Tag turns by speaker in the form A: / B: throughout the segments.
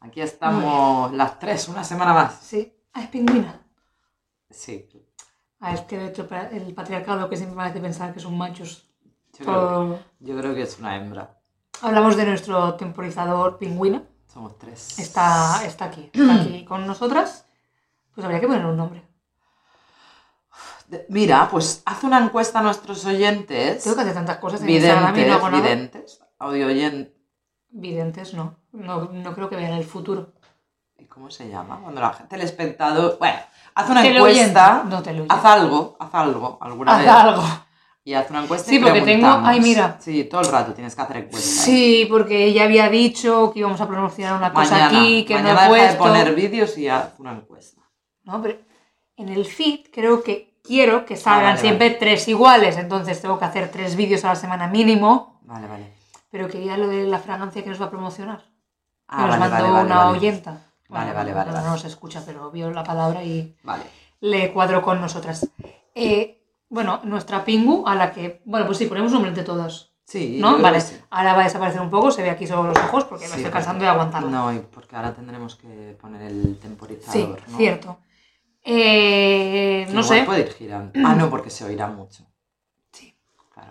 A: Aquí estamos las tres, una semana más.
B: Sí, ah, es pingüina.
A: Sí.
B: Ah, es que de hecho pa- el patriarcado que siempre parece pensar que son machos.
A: Yo creo,
B: Todo-
A: yo creo que es una hembra.
B: Hablamos de nuestro temporizador pingüina.
A: Somos tres.
B: Está, está aquí, está aquí con nosotras. Pues habría que poner un nombre.
A: De- Mira, pues haz una encuesta a nuestros oyentes.
B: Tengo que hacer tantas cosas en Instagram y no hago
A: Videntes,
B: nada.
A: videntes, audio oyen-
B: Videntes, no. no. No creo que vean el futuro.
A: ¿y ¿Cómo se llama? Cuando la gente, el espectador. Bueno, haz una
B: oyente.
A: encuesta.
B: No te lo
A: Haz
B: oyente.
A: algo, haz algo, alguna
B: Haz
A: vez.
B: algo.
A: Y haz una encuesta
B: Sí,
A: y
B: porque tengo-
A: preguntamos.
B: ay, mira.
A: Sí, todo el rato tienes que hacer encuestas.
B: Sí, porque ella había dicho que íbamos a promocionar una cosa
A: Mañana,
B: aquí, que
A: mañana
B: no he
A: deja de
B: puesto.
A: poner vídeos y haz una encuesta.
B: No, pero en el feed creo que quiero que salgan
A: Ah, vale,
B: siempre tres iguales, entonces tengo que hacer tres vídeos a la semana mínimo.
A: Vale, vale.
B: Pero quería lo de la fragancia que nos va a promocionar.
A: Ah,
B: que
A: vale,
B: nos mandó
A: vale, vale,
B: una
A: vale.
B: oyenta.
A: Vale, vale,
B: no-
A: vale,
B: No,
A: vale.
B: nos escucha, pero vio la palabra y
A: Vale.
B: le cuadró con nosotras. Eh, bueno, nuestra Pingu, a la que. Bueno, pues sí, ponemos nombre entre todas.
A: Sí, yo
B: ¿No?
A: creo
B: Vale.
A: que sí.
B: Ahora va a desaparecer un poco, se ve aquí sobre los ojos porque
A: Sí,
B: me estoy
A: porque-
B: cansando de aguantarla.
A: No, y porque ahora tendremos que poner el
B: Sí,
A: temporizador. ¿no?
B: cierto. Eh,
A: Que
B: no
A: igual
B: sé.
A: puede ir girando. Ah, no, porque se oirá mucho.
B: Sí.
A: Claro.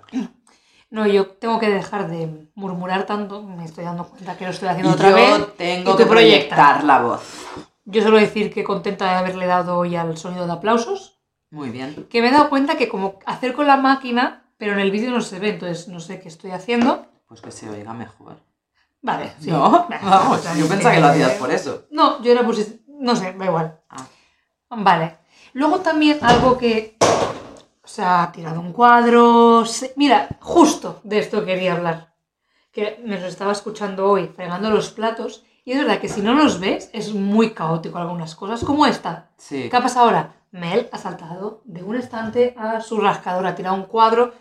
B: No, yo tengo que dejar de murmurar tanto. Me estoy dando cuenta que lo estoy
A: Y
B: haciendo
A: yo
B: otra vez.
A: tengo
B: y
A: que
B: tú proyecta.
A: proyectar la voz.
B: Yo suelo decir que contenta de haberle dado hoy al sonido de aplausos.
A: Muy bien.
B: Que me he dado cuenta que como hacer con la máquina, pero en el vídeo no se ve, entonces no sé qué estoy haciendo.
A: Pues que se oiga mejor.
B: Vale, sí.
A: ¿No?
B: Vale,
A: Vamos, yo
B: totalmente.
A: pensaba que lo hacías por eso.
B: No, yo era pues... No sé, da igual.
A: Ah.
B: Vale. Luego también algo que... O sea, ha tirado un cuadro... se- Mira, justo de esto quería hablar. Que me lo estaba escuchando hoy, fregando los platos. Y es verdad que si no los ves, es muy caótico algunas cosas, como esta.
A: Sí.
B: ¿Qué ha pasado ahora? Mel ha saltado de un estante a su rascadora, ha tirado un cuadro.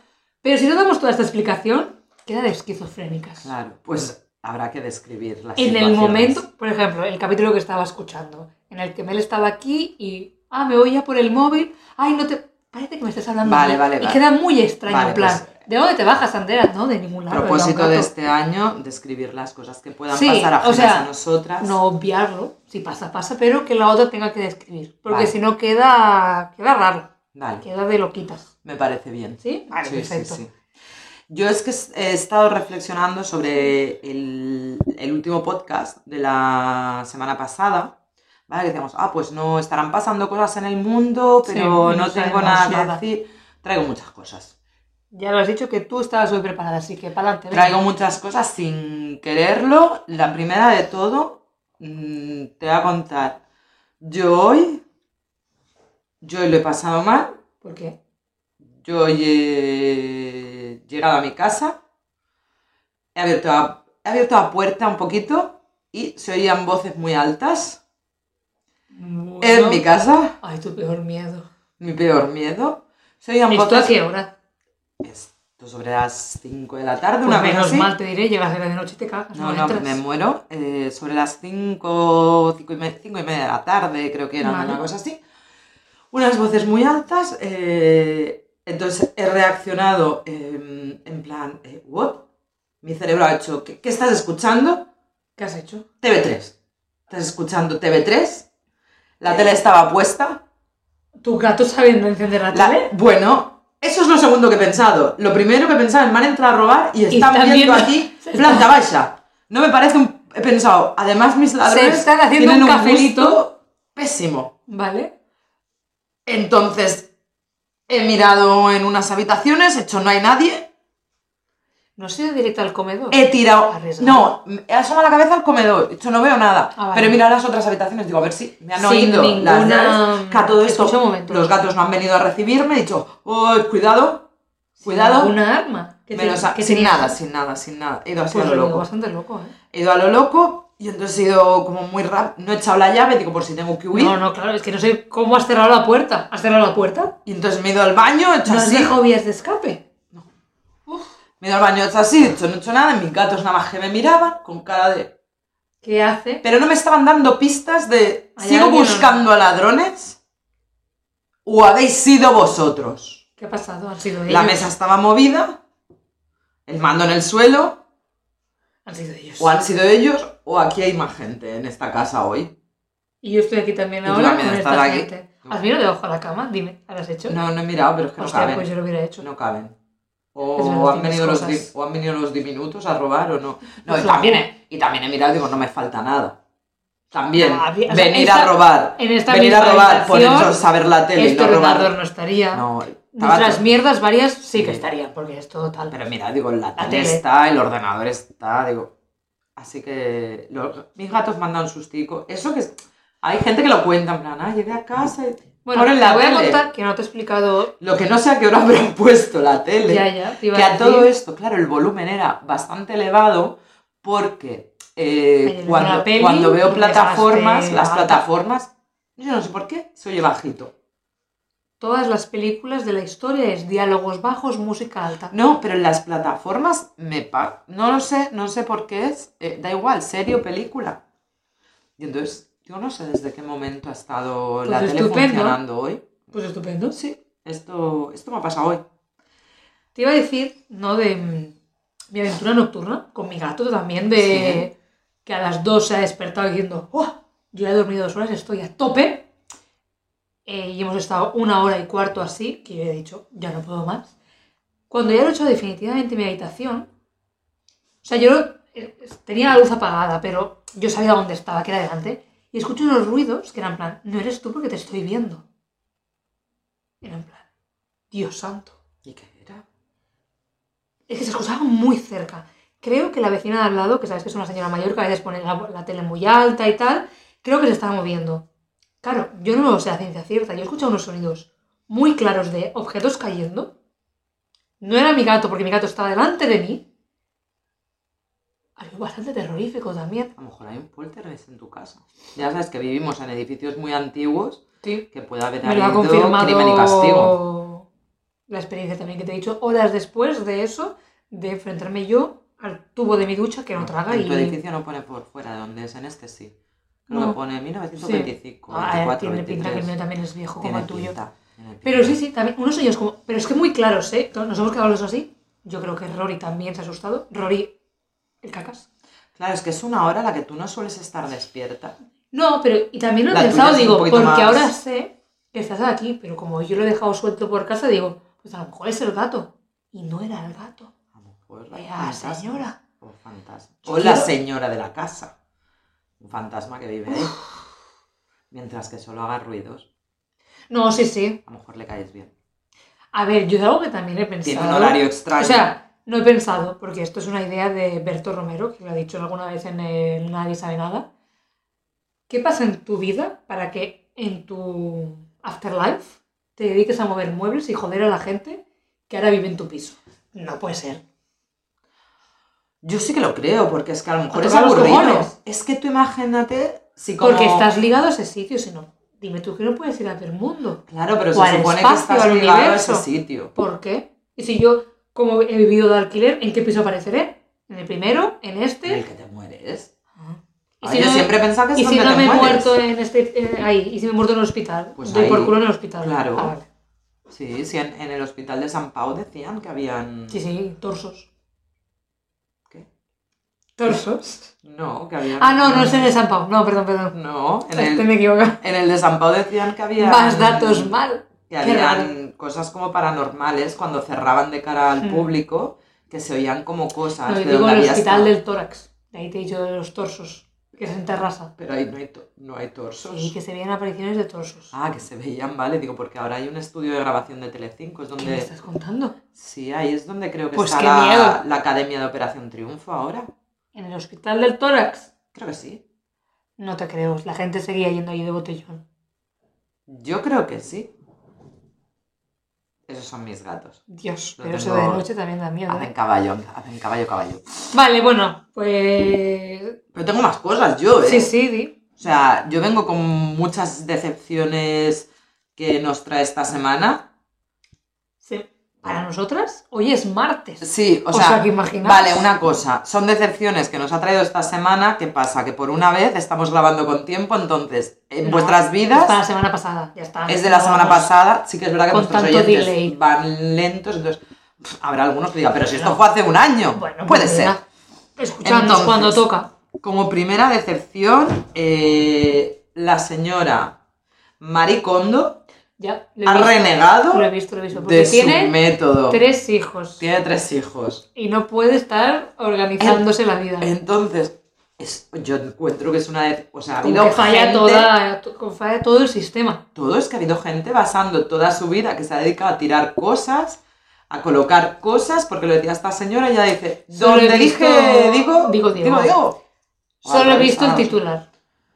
B: Pero si no damos toda esta explicación, queda de esquizofrénicas.
A: Claro. Pues habrá que describir las
B: En el
A: situaciones.
B: momento, por ejemplo, el capítulo que estaba escuchando, en el que Mel estaba aquí y, ah, me oía por el móvil, ay, no te... Parece que me estás hablando.
A: Vale,
B: mal.
A: vale,
B: y
A: vale.
B: queda muy extraño,
A: Vale,
B: en plan, ¿de dónde te bajas, Andrea? No, de ningún
A: A
B: lado.
A: propósito
B: era
A: de
B: un gato.
A: este año, describir las cosas que puedan
B: Sí,
A: pasar
B: o
A: ajenas
B: sea,
A: a nosotras.
B: No obviarlo, si pasa, pasa, pero que la otra tenga que describir. Porque
A: Vale.
B: si no queda, queda raro,
A: Vale,
B: queda de loquitas.
A: me parece bien.
B: ¿Sí? Vale,
A: Sí, sí,
B: perfecto.
A: sí. Yo es que es- he estado reflexionando sobre el, el último podcast de la semana pasada, ¿vale? Que decíamos, ah, pues no estarán pasando cosas en el mundo,
B: Sí,
A: pero
B: y
A: no
B: no
A: tengo
B: sabemos
A: nada
B: nada.
A: que decir. Traigo muchas cosas.
B: Ya lo has dicho que tú estabas muy preparada, así que para adelante.
A: Traigo muchas cosas sin quererlo. La primera de todo, mm, te voy a contar. Yo hoy, yo hoy lo he pasado mal,
B: ¿Por qué?
A: Yo he llegado a mi casa, he abierto, la, he abierto la puerta un poquito y se oían voces muy altas. En mi casa,
B: Ay, tu peor miedo.
A: mi peor miedo, se oían
B: ¿Esto a
A: voces...
B: qué hora?
A: Esto sobre las 5 de la tarde,
B: Pues
A: una cosa
B: menos
A: así.
B: mal te diré, llegas de la noche y te cagas.
A: No, no,
B: entras.
A: me muero. Eh, sobre las 5, 5 y, me- cinco y media de la tarde, creo que eran
B: Vale.
A: una cosa así. Unas voces muy altas. eh, entonces he reaccionado eh, en plan, eh, ¿what? Mi cerebro ha hecho, ¿qué, qué estás escuchando?
B: ¿Qué has hecho?
A: TV3. ¿Estás escuchando TV3? La tele estaba puesta.
B: ¿Tu gato sabiendo encender la
A: La-
B: tele?
A: bueno, eso es lo segundo que he pensado. Lo primero que he pensado es me han entrado a robar y están,
B: están
A: viendo,
B: viendo-
A: aquí planta baja. No me parece un... He pensado, además mis ladrones
B: están haciendo
A: tienen
B: un
A: un
B: cafelito.
A: gusto pésimo.
B: Vale.
A: Entonces, he mirado en unas habitaciones, he hecho no hay nadie,
B: No has ido directo al comedor.
A: he tirado...
B: Arriesgado.
A: No, he asomado la cabeza al comedor, he dicho no veo nada.
B: Ah, vale.
A: Pero he mirado las otras habitaciones, digo a ver si me han
B: Sin
A: oído las
B: ninguna-
A: llaves. Que a todo esto,
B: Escucha un momento.
A: los gatos no han venido a recibirme, he dicho, oh, cuidado, cuidado.
B: Una arma. ¿Qué
A: Me
B: te-
A: los ha-
B: qué
A: sin
B: tenías?
A: nada, sin nada, sin nada. He ido así
B: Pues
A: a lo
B: lo digo
A: loco.
B: bastante loco, ¿eh?
A: He ido a lo loco y entonces he ido como muy rápido. No he echado la llave, digo, por si tengo que huir.
B: No, no, claro, es que no sé cómo has cerrado la puerta. ¿Has cerrado la puerta?
A: Y entonces me he ido al baño, he hecho
B: ¿No has
A: así.
B: dejado vías de escape?
A: Me he ido al baño, he hecho así, he hecho, no he hecho nada. Mis gatos nada más que me miraban con cara de.
B: ¿Qué hace?
A: Pero no me estaban dando pistas de
B: ¿Hay
A: sigo
B: alguien o no?
A: buscando a ladrones o habéis sido vosotros.
B: ¿Qué ha pasado? Han sido ellos.
A: La mesa estaba movida, el mando en el suelo,
B: Han sido ellos.
A: o han sido ellos, o aquí hay más gente en esta casa hoy.
B: Y yo estoy aquí también
A: Y tú
B: ahora
A: también
B: con
A: estás
B: esta
A: aquí.
B: gente. ¿Has mirado debajo de la cama? Dime, ¿ahora has hecho?
A: No, no he mirado, pero es que no
B: Hostia,
A: caben.
B: pues yo lo hubiera hecho.
A: No caben.
B: Es verdad,
A: O han,
B: tienes
A: venido los
B: cosas.
A: di- o han venido los diminutos a robar o no. No,
B: Pues
A: y
B: no.
A: también, he- y también he mirado y digo, no me falta nada. También,
B: No, había- o sea,
A: venir
B: esta-
A: a robar.
B: En esta
A: venir a
B: misma
A: robar,
B: habitación,
A: ponernos a ver la tele y
B: este
A: no
B: ordenador
A: robar.
B: no estaría.
A: No, estaba
B: Nuestras
A: todo-
B: mierdas varias sí que
A: Sí.
B: estarían, porque es todo tal.
A: Pero mira, digo, la
B: La
A: tele
B: tele.
A: está, el ordenador está, digo. Así que los- mis gatos me han dado un sustico. Eso que es- hay gente que lo cuenta, en plan, ah, llegué a casa y...
B: bueno,
A: Ahora
B: te
A: en la
B: voy a
A: tele.
B: contar que no te he explicado
A: Lo que no sé a qué hora habrán puesto la tele.
B: ya, ya. Te iba
A: Que a
B: decir.
A: todo esto, claro, el volumen era bastante elevado porque eh,
B: Ay, de
A: cuando,
B: la peli,
A: cuando veo
B: y
A: plataformas,
B: dejaste
A: las
B: alta.
A: plataformas, yo no sé por qué, se oye bajito.
B: Todas las películas de la historia es diálogos bajos, música alta.
A: No, pero en las plataformas me pa no lo sé, no sé por qué es, eh, da igual, serie o película. Y entonces, yo no sé desde qué momento ha estado la
B: Pues
A: tele
B: estupendo.
A: funcionando hoy.
B: Pues estupendo.
A: Sí, esto, esto me ha pasado hoy.
B: Te iba a decir, ¿no? De mm, mi aventura nocturna con mi gato también, de que a las 2 se ha despertado diciendo, ¡Oh! Yo ya he dormido dos horas, estoy a tope. Eh, y hemos estado una hora y cuarto así, que yo he dicho, ya no puedo más. Cuando ya lo he hecho definitivamente en mi habitación, o sea, yo eh, tenía la luz apagada, pero yo sabía dónde estaba, que era delante, y escucho los ruidos que eran en plan, no eres tú porque te estoy viendo. Era en plan, Dios santo.
A: ¿Y qué era?
B: Es que se escuchaba muy cerca. Creo que la vecina de al lado, que sabes que es una señora mayor que a veces pone la, la tele muy alta y tal, creo que se estaba moviendo. Claro, yo no lo sé a ciencia cierta. Yo he escuchado unos sonidos muy claros de objetos cayendo. No era mi gato, porque mi gato estaba delante de mí. Algo bastante terrorífico también.
A: A lo mejor hay un poltergeist en tu casa. Ya sabes que vivimos en edificios muy antiguos
B: Sí.
A: que puede haber
B: Me lo ha
A: habido
B: confirmado
A: crimen y castigo.
B: la experiencia también que te he dicho horas después de eso, de enfrentarme yo al tubo de mi ducha que no traga
A: en
B: y...
A: tu edificio no pone por fuera de dónde es, en este sí. Creo
B: No.
A: que pone 1925,
B: Ah,
A: 24,
B: tiene pinta que el
A: 23.
B: mío también es viejo como
A: Tiene
B: el tuyo.
A: pinta, tiene pinta.
B: Pero sí, sí, también unos sueños como... Pero es que muy claros, ¿eh? Todos Nos hemos quedado los dos así. Yo creo que Rory también se ha asustado. Rory, el cacas.
A: Claro, es que es una hora a la que tú no sueles estar despierta.
B: No, pero... Y también lo he
A: La tuya
B: pensado,
A: es un
B: digo,
A: poquito
B: porque
A: más-
B: ahora sé que estás aquí, pero como yo lo he dejado suelto por casa, digo, pues a lo mejor es el gato. Y no era el gato.
A: A lo mejor la
B: Era Eh, la
A: fantasma,
B: señora.
A: O fantasma.
B: Yo
A: O la
B: quiero-
A: señora de la casa. Un fantasma que vive ahí. Mientras que solo haga ruidos,
B: No, sí, sí.
A: a lo mejor le caes bien.
B: A ver, yo es algo que también he pensado.
A: Tiene un horario extraño.
B: O sea, no he pensado, porque esto es una idea de Berto Romero, que lo ha dicho alguna vez en el Nadie sabe nada. ¿Qué pasa en tu vida para que en tu afterlife te dediques a mover muebles y joder a la gente que ahora vive en tu piso? No puede ser.
A: Yo sí que lo creo, porque es que a lo mejor
B: A
A: es
B: tocar los
A: aburrido.
B: cojones.
A: Es que tú imagínate si como...
B: Porque estás ligado a ese sitio, si no. Dime tú que no puedes ir a ver mundo.
A: Claro, pero
B: o al
A: se supone que
B: espacio,
A: estás
B: al
A: ligado
B: universo.
A: a ese sitio.
B: ¿Por qué? Y si yo, como he vivido de alquiler, ¿en qué piso apareceré? ¿En el primero? ¿En
A: En el
B: este?
A: que te mueres.
B: Ah.
A: Ah, yo siempre pensaba que es
B: Y si
A: donde
B: no
A: te
B: me he
A: mueres.
B: muerto en este, eh, ahí, y si me he muerto en el hospital,
A: Pues
B: doy por
A: ahí,
B: culo en el hospital.
A: claro.
B: Ah, vale.
A: Sí, sí, en, en el hospital de San Pau decían que habían...
B: Sí, sí, torsos.
A: ¿Qué?
B: ¿Torsos?
A: No, que habían...
B: Ah, no, no es en el San Pau. No, perdón, perdón.
A: No, en
B: Este
A: el,
B: me equivoco.
A: en el de San Pau decían que habían...
B: Más datos mal.
A: Que
B: Qué raro.
A: habían cosas como paranormales cuando cerraban de cara al
B: Hmm.
A: público, que se oían como cosas
B: Lo que
A: de
B: digo
A: donde
B: en el
A: había
B: hospital
A: estado.
B: del tórax. De ahí te he dicho de los torsos, que es en terraza.
A: Pero ahí no hay, to- no hay torsos.
B: Y que se veían apariciones de torsos.
A: Ah, que se veían, vale, digo, porque ahora hay un estudio de grabación de Telecinco, es
B: ¿Qué me
A: donde...
B: estás contando?
A: Sí, ahí es donde creo que
B: Pues
A: está
B: qué
A: la,
B: miedo.
A: la Academia de Operación Triunfo ahora.
B: ¿En el hospital del tórax?
A: Creo que sí.
B: No te creo, la gente seguía yendo allí de botellón.
A: Yo creo que sí. Esos son mis gatos.
B: Dios,
A: Lo
B: pero eso de
A: tengo-
B: noche también da miedo. ¿eh?
A: Hacen caballo, hacen caballo, caballo.
B: Vale, bueno, pues.
A: Pero tengo más cosas yo, ¿eh?
B: Sí, sí, di.
A: O sea, yo vengo con muchas decepciones que nos trae esta semana.
B: Sí. para nosotras, hoy es martes.
A: Sí, o,
B: O
A: sea,
B: sea, que imaginaos.
A: vale, una cosa, son decepciones que nos ha traído esta semana, ¿qué pasa? Que por una vez estamos grabando con tiempo, entonces, en
B: No,
A: vuestras vidas,
B: Es para la semana pasada, ya está.
A: es de la
B: No
A: semana
B: vamos.
A: pasada, sí que es verdad que
B: con
A: nuestros
B: tanto
A: oyentes
B: delay.
A: van lentos, entonces pff, habrá algunos que digan, pero si esto
B: No.
A: fue hace un año,
B: Bueno,
A: puede
B: pues
A: ser.
B: mira, Escuchadnos
A: Entonces.
B: cuando toca.
A: Como primera decepción, eh, la señora Maricondo
B: Ya, lo he
A: ha
B: visto.
A: renegado
B: Lo he visto, lo he visto. Porque
A: de su
B: tiene
A: método.
B: tres hijos.
A: Tiene tres hijos.
B: Y no puede estar organizándose la vida.
A: Entonces, es- yo encuentro que es una... de- O sea, ha
B: Como
A: habido
B: que falla,
A: gente-
B: toda, como falla todo el sistema.
A: Todo es que ha habido gente basando toda su vida que se ha dedicado a tirar cosas, a colocar cosas, porque lo decía esta señora y ella dice,
B: Solo he
A: donde
B: visto-
A: dije, digo,
B: digo, digo".
A: digo, digo".
B: Solo he visto el
A: Ah,
B: titular.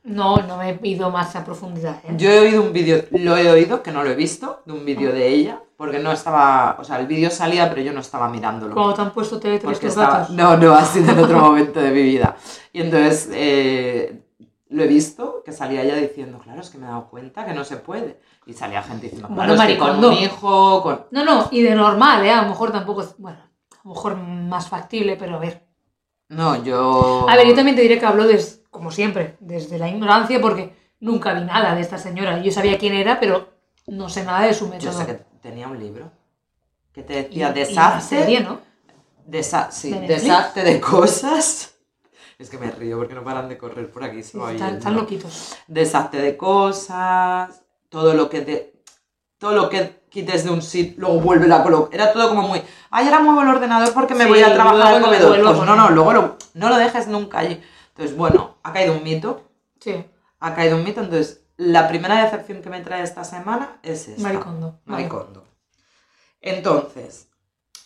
B: No, no me he ido más a profundidad. ¿eh?
A: Yo he oído un vídeo, lo he oído, que no lo he visto, de un vídeo de ella, porque no estaba, o sea, el vídeo salía, pero yo no estaba mirándolo.
B: Cuando te han puesto TV tres
A: porque
B: tus
A: estaba-
B: gatos.
A: No, no, ha sido en otro momento de mi vida. Y entonces eh, lo he visto, que salía ella diciendo, claro, es que me he dado cuenta que no se puede. Y salía gente diciendo,
B: Bueno,
A: claro, es que con
B: maricondo.
A: un hijo, con...
B: No, no, y de normal, ¿eh? A lo mejor tampoco es, bueno, a lo mejor más factible, pero a ver.
A: No, yo...
B: A ver, yo también te diré que hablo, des- como siempre, desde la ignorancia, porque nunca vi nada de esta señora. Yo sabía quién era, pero no sé nada de su
A: Yo
B: método.
A: sé que tenía un libro que te
B: Y-
A: decía,
B: y la
A: deshazte...
B: serie, ¿no?
A: Desa- sí,
B: ¿De Netflix?
A: deshazte de cosas. Es que me río porque no paran de correr por aquí. se
B: Sí,
A: me va
B: están,
A: yendo.
B: están loquitos.
A: Deshazte de cosas, todo lo que te- todo lo que quites de un sitio, luego vuelve a colocar. Era todo como muy, ay, ahora muevo el ordenador porque me
B: Sí,
A: voy a trabajar
B: luego
A: al
B: lo
A: comedor.
B: vuelvo a
A: Pues no,
B: poner.
A: no, luego lo- no lo dejes nunca allí. Entonces, bueno, ha caído un mito,
B: Sí,
A: ha caído un mito. Entonces, la primera decepción que me trae esta semana es esta.
B: maricondo. vale.
A: Maricondo. Entonces,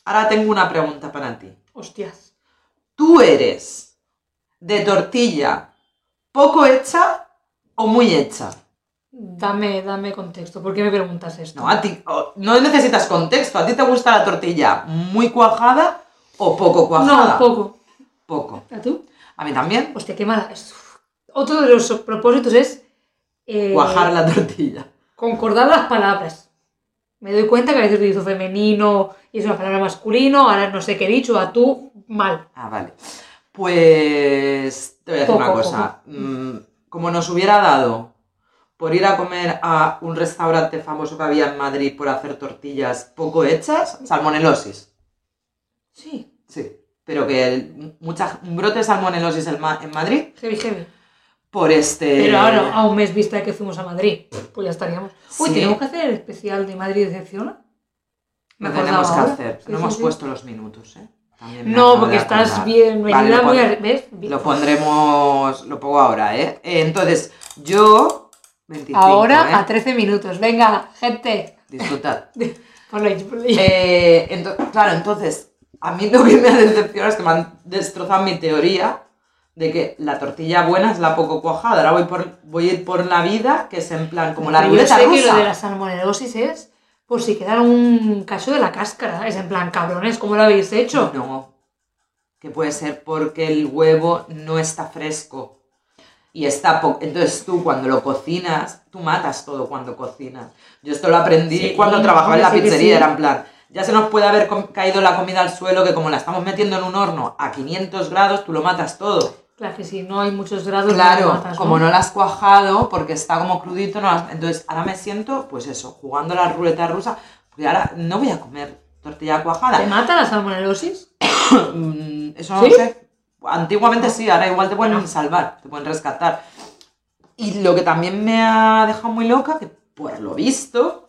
A: ahora tengo una pregunta para ti.
B: Hostias.
A: ¿Tú eres de tortilla poco hecha o muy hecha?
B: Dame, dame contexto. ¿Por qué me preguntas esto?
A: No, a ti o- no necesitas contexto. ¿A ti te gusta la tortilla muy cuajada o poco cuajada?
B: No, poco.
A: Poco.
B: ¿A tú?
A: A mí también.
B: Hostia, qué mala. es- Otro de los propósitos es. eh,
A: Cuajar la tortilla.
B: concordar las palabras. Me doy cuenta que a veces utilizo femenino y es una palabra masculino, ahora no sé qué he dicho, a tú, mal.
A: Ah, vale. Pues te voy a decir
B: Poco,
A: una cosa. Mm, Como nos hubiera dado por ir a comer a un restaurante famoso que había en Madrid por hacer tortillas poco hechas, salmonelosis.
B: Sí,
A: Sí, pero que el- mucha- un brote de salmonelosis en, Ma- en Madrid
B: heavy, heavy.
A: por este...
B: Pero ahora, a un mes vista de que fuimos a Madrid, pues ya estaríamos. Uy,
A: Sí.
B: tenemos que hacer el especial de Madrid decepciona.
A: Lo
B: acordaba
A: tenemos que
B: ahora.
A: hacer.
B: Sí,
A: no
B: sí,
A: hemos
B: sí.
A: puesto los minutos, ¿eh? También me acabo
B: No,
A: de
B: porque estás
A: acordar.
B: bien,
A: Vale,
B: venida
A: lo, pon-
B: muy ar- ¿ves? Bien.
A: lo pondremos... Lo pongo ahora, ¿eh? Eh, Entonces, yo... 25,
B: Ahora a
A: ¿eh?
B: 13 minutos. Venga, gente.
A: Disfrutad.
B: Ponlo ahí, ponlo ahí.
A: Eh, ento- claro, entonces, a mí lo que me ha decepcionado es que me han destrozado mi teoría de que la tortilla buena es la poco cuajada. Ahora voy, por, voy a ir por la vida, que es en plan como la
B: Pero yo
A: ruleta
B: sé que
A: rusa.
B: lo de la salmonelosis es por si quedara un cacho de la cáscara. Es en plan, cabrones, ¿cómo lo habéis hecho?
A: No. Que puede ser porque el huevo no está fresco. Y está po- Entonces tú cuando lo cocinas, tú matas todo cuando cocinas. Yo esto lo aprendí
B: Sí,
A: cuando trabajaba en la
B: hombre, sí que
A: pizzería,
B: sí.
A: era en plan, ya se nos puede haber com- caído la comida al suelo, que como la estamos metiendo en un horno a 500 grados, tú lo matas todo.
B: Claro que si no hay muchos grados,
A: Claro,
B: no matas, ¿no?
A: como no la has cuajado, porque está como crudito, no la- entonces ahora me siento, pues eso, jugando a la ruleta rusa, porque ahora no voy a comer tortilla cuajada.
B: ¿Te mata la salmonelosis?
A: Mm, Eso no
B: ¿Sí? Ah.
A: lo sé. Antiguamente sí, ahora igual te pueden salvar, te pueden rescatar. Y lo que también me ha dejado muy loca, que por lo visto,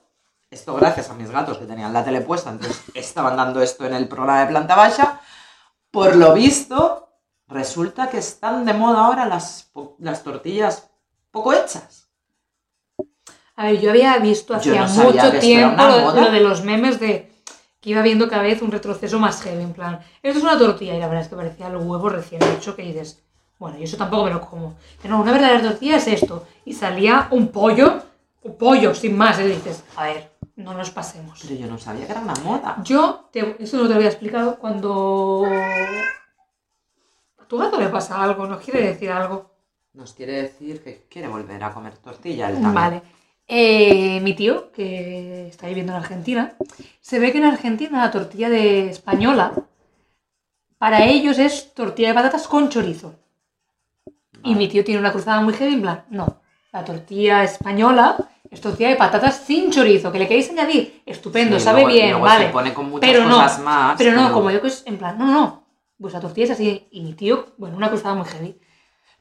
A: esto gracias a mis gatos que tenían la tele puesta, entonces estaban dando esto en el programa de planta baja, por lo visto, resulta que están de moda ahora las, po- las tortillas poco hechas.
B: A ver, yo había visto
A: Yo
B: hacía
A: no sabía que
B: mucho
A: esto era
B: tiempo
A: una
B: lo,
A: moda.
B: lo de los memes de que iba viendo cada vez un retroceso más heavy, en plan, esto es una tortilla, y la verdad es que parecía el huevo recién hecho que dices, bueno, yo eso tampoco me lo como. Pero no, una verdadera tortilla es esto. Y salía un pollo, un pollo, sin más, y dices, a ver, no nos pasemos.
A: Pero yo no sabía que era una moda.
B: Yo, te, eso no te lo había explicado, cuando... A tu gato le pasa algo, nos quiere decir algo.
A: Nos quiere decir que quiere volver a comer tortilla. él también.
B: Vale. Eh, mi tío, que está viviendo en Argentina, se ve que en Argentina la tortilla de española para ellos es tortilla de patatas con chorizo. Y mi tío tiene una cruzada muy heavy en plan, no, la tortilla española es tortilla de patatas sin chorizo, que le queréis añadir, estupendo,
A: Sí,
B: Pues sabe
A: luego-
B: bien,
A: luego
B: vale.
A: se pone con muchas
B: pero no,
A: cosas más,
B: pero no,
A: pero-
B: como yo que es en plan, no, no, vuestra tortilla es así, y mi tío, bueno, una cruzada muy heavy.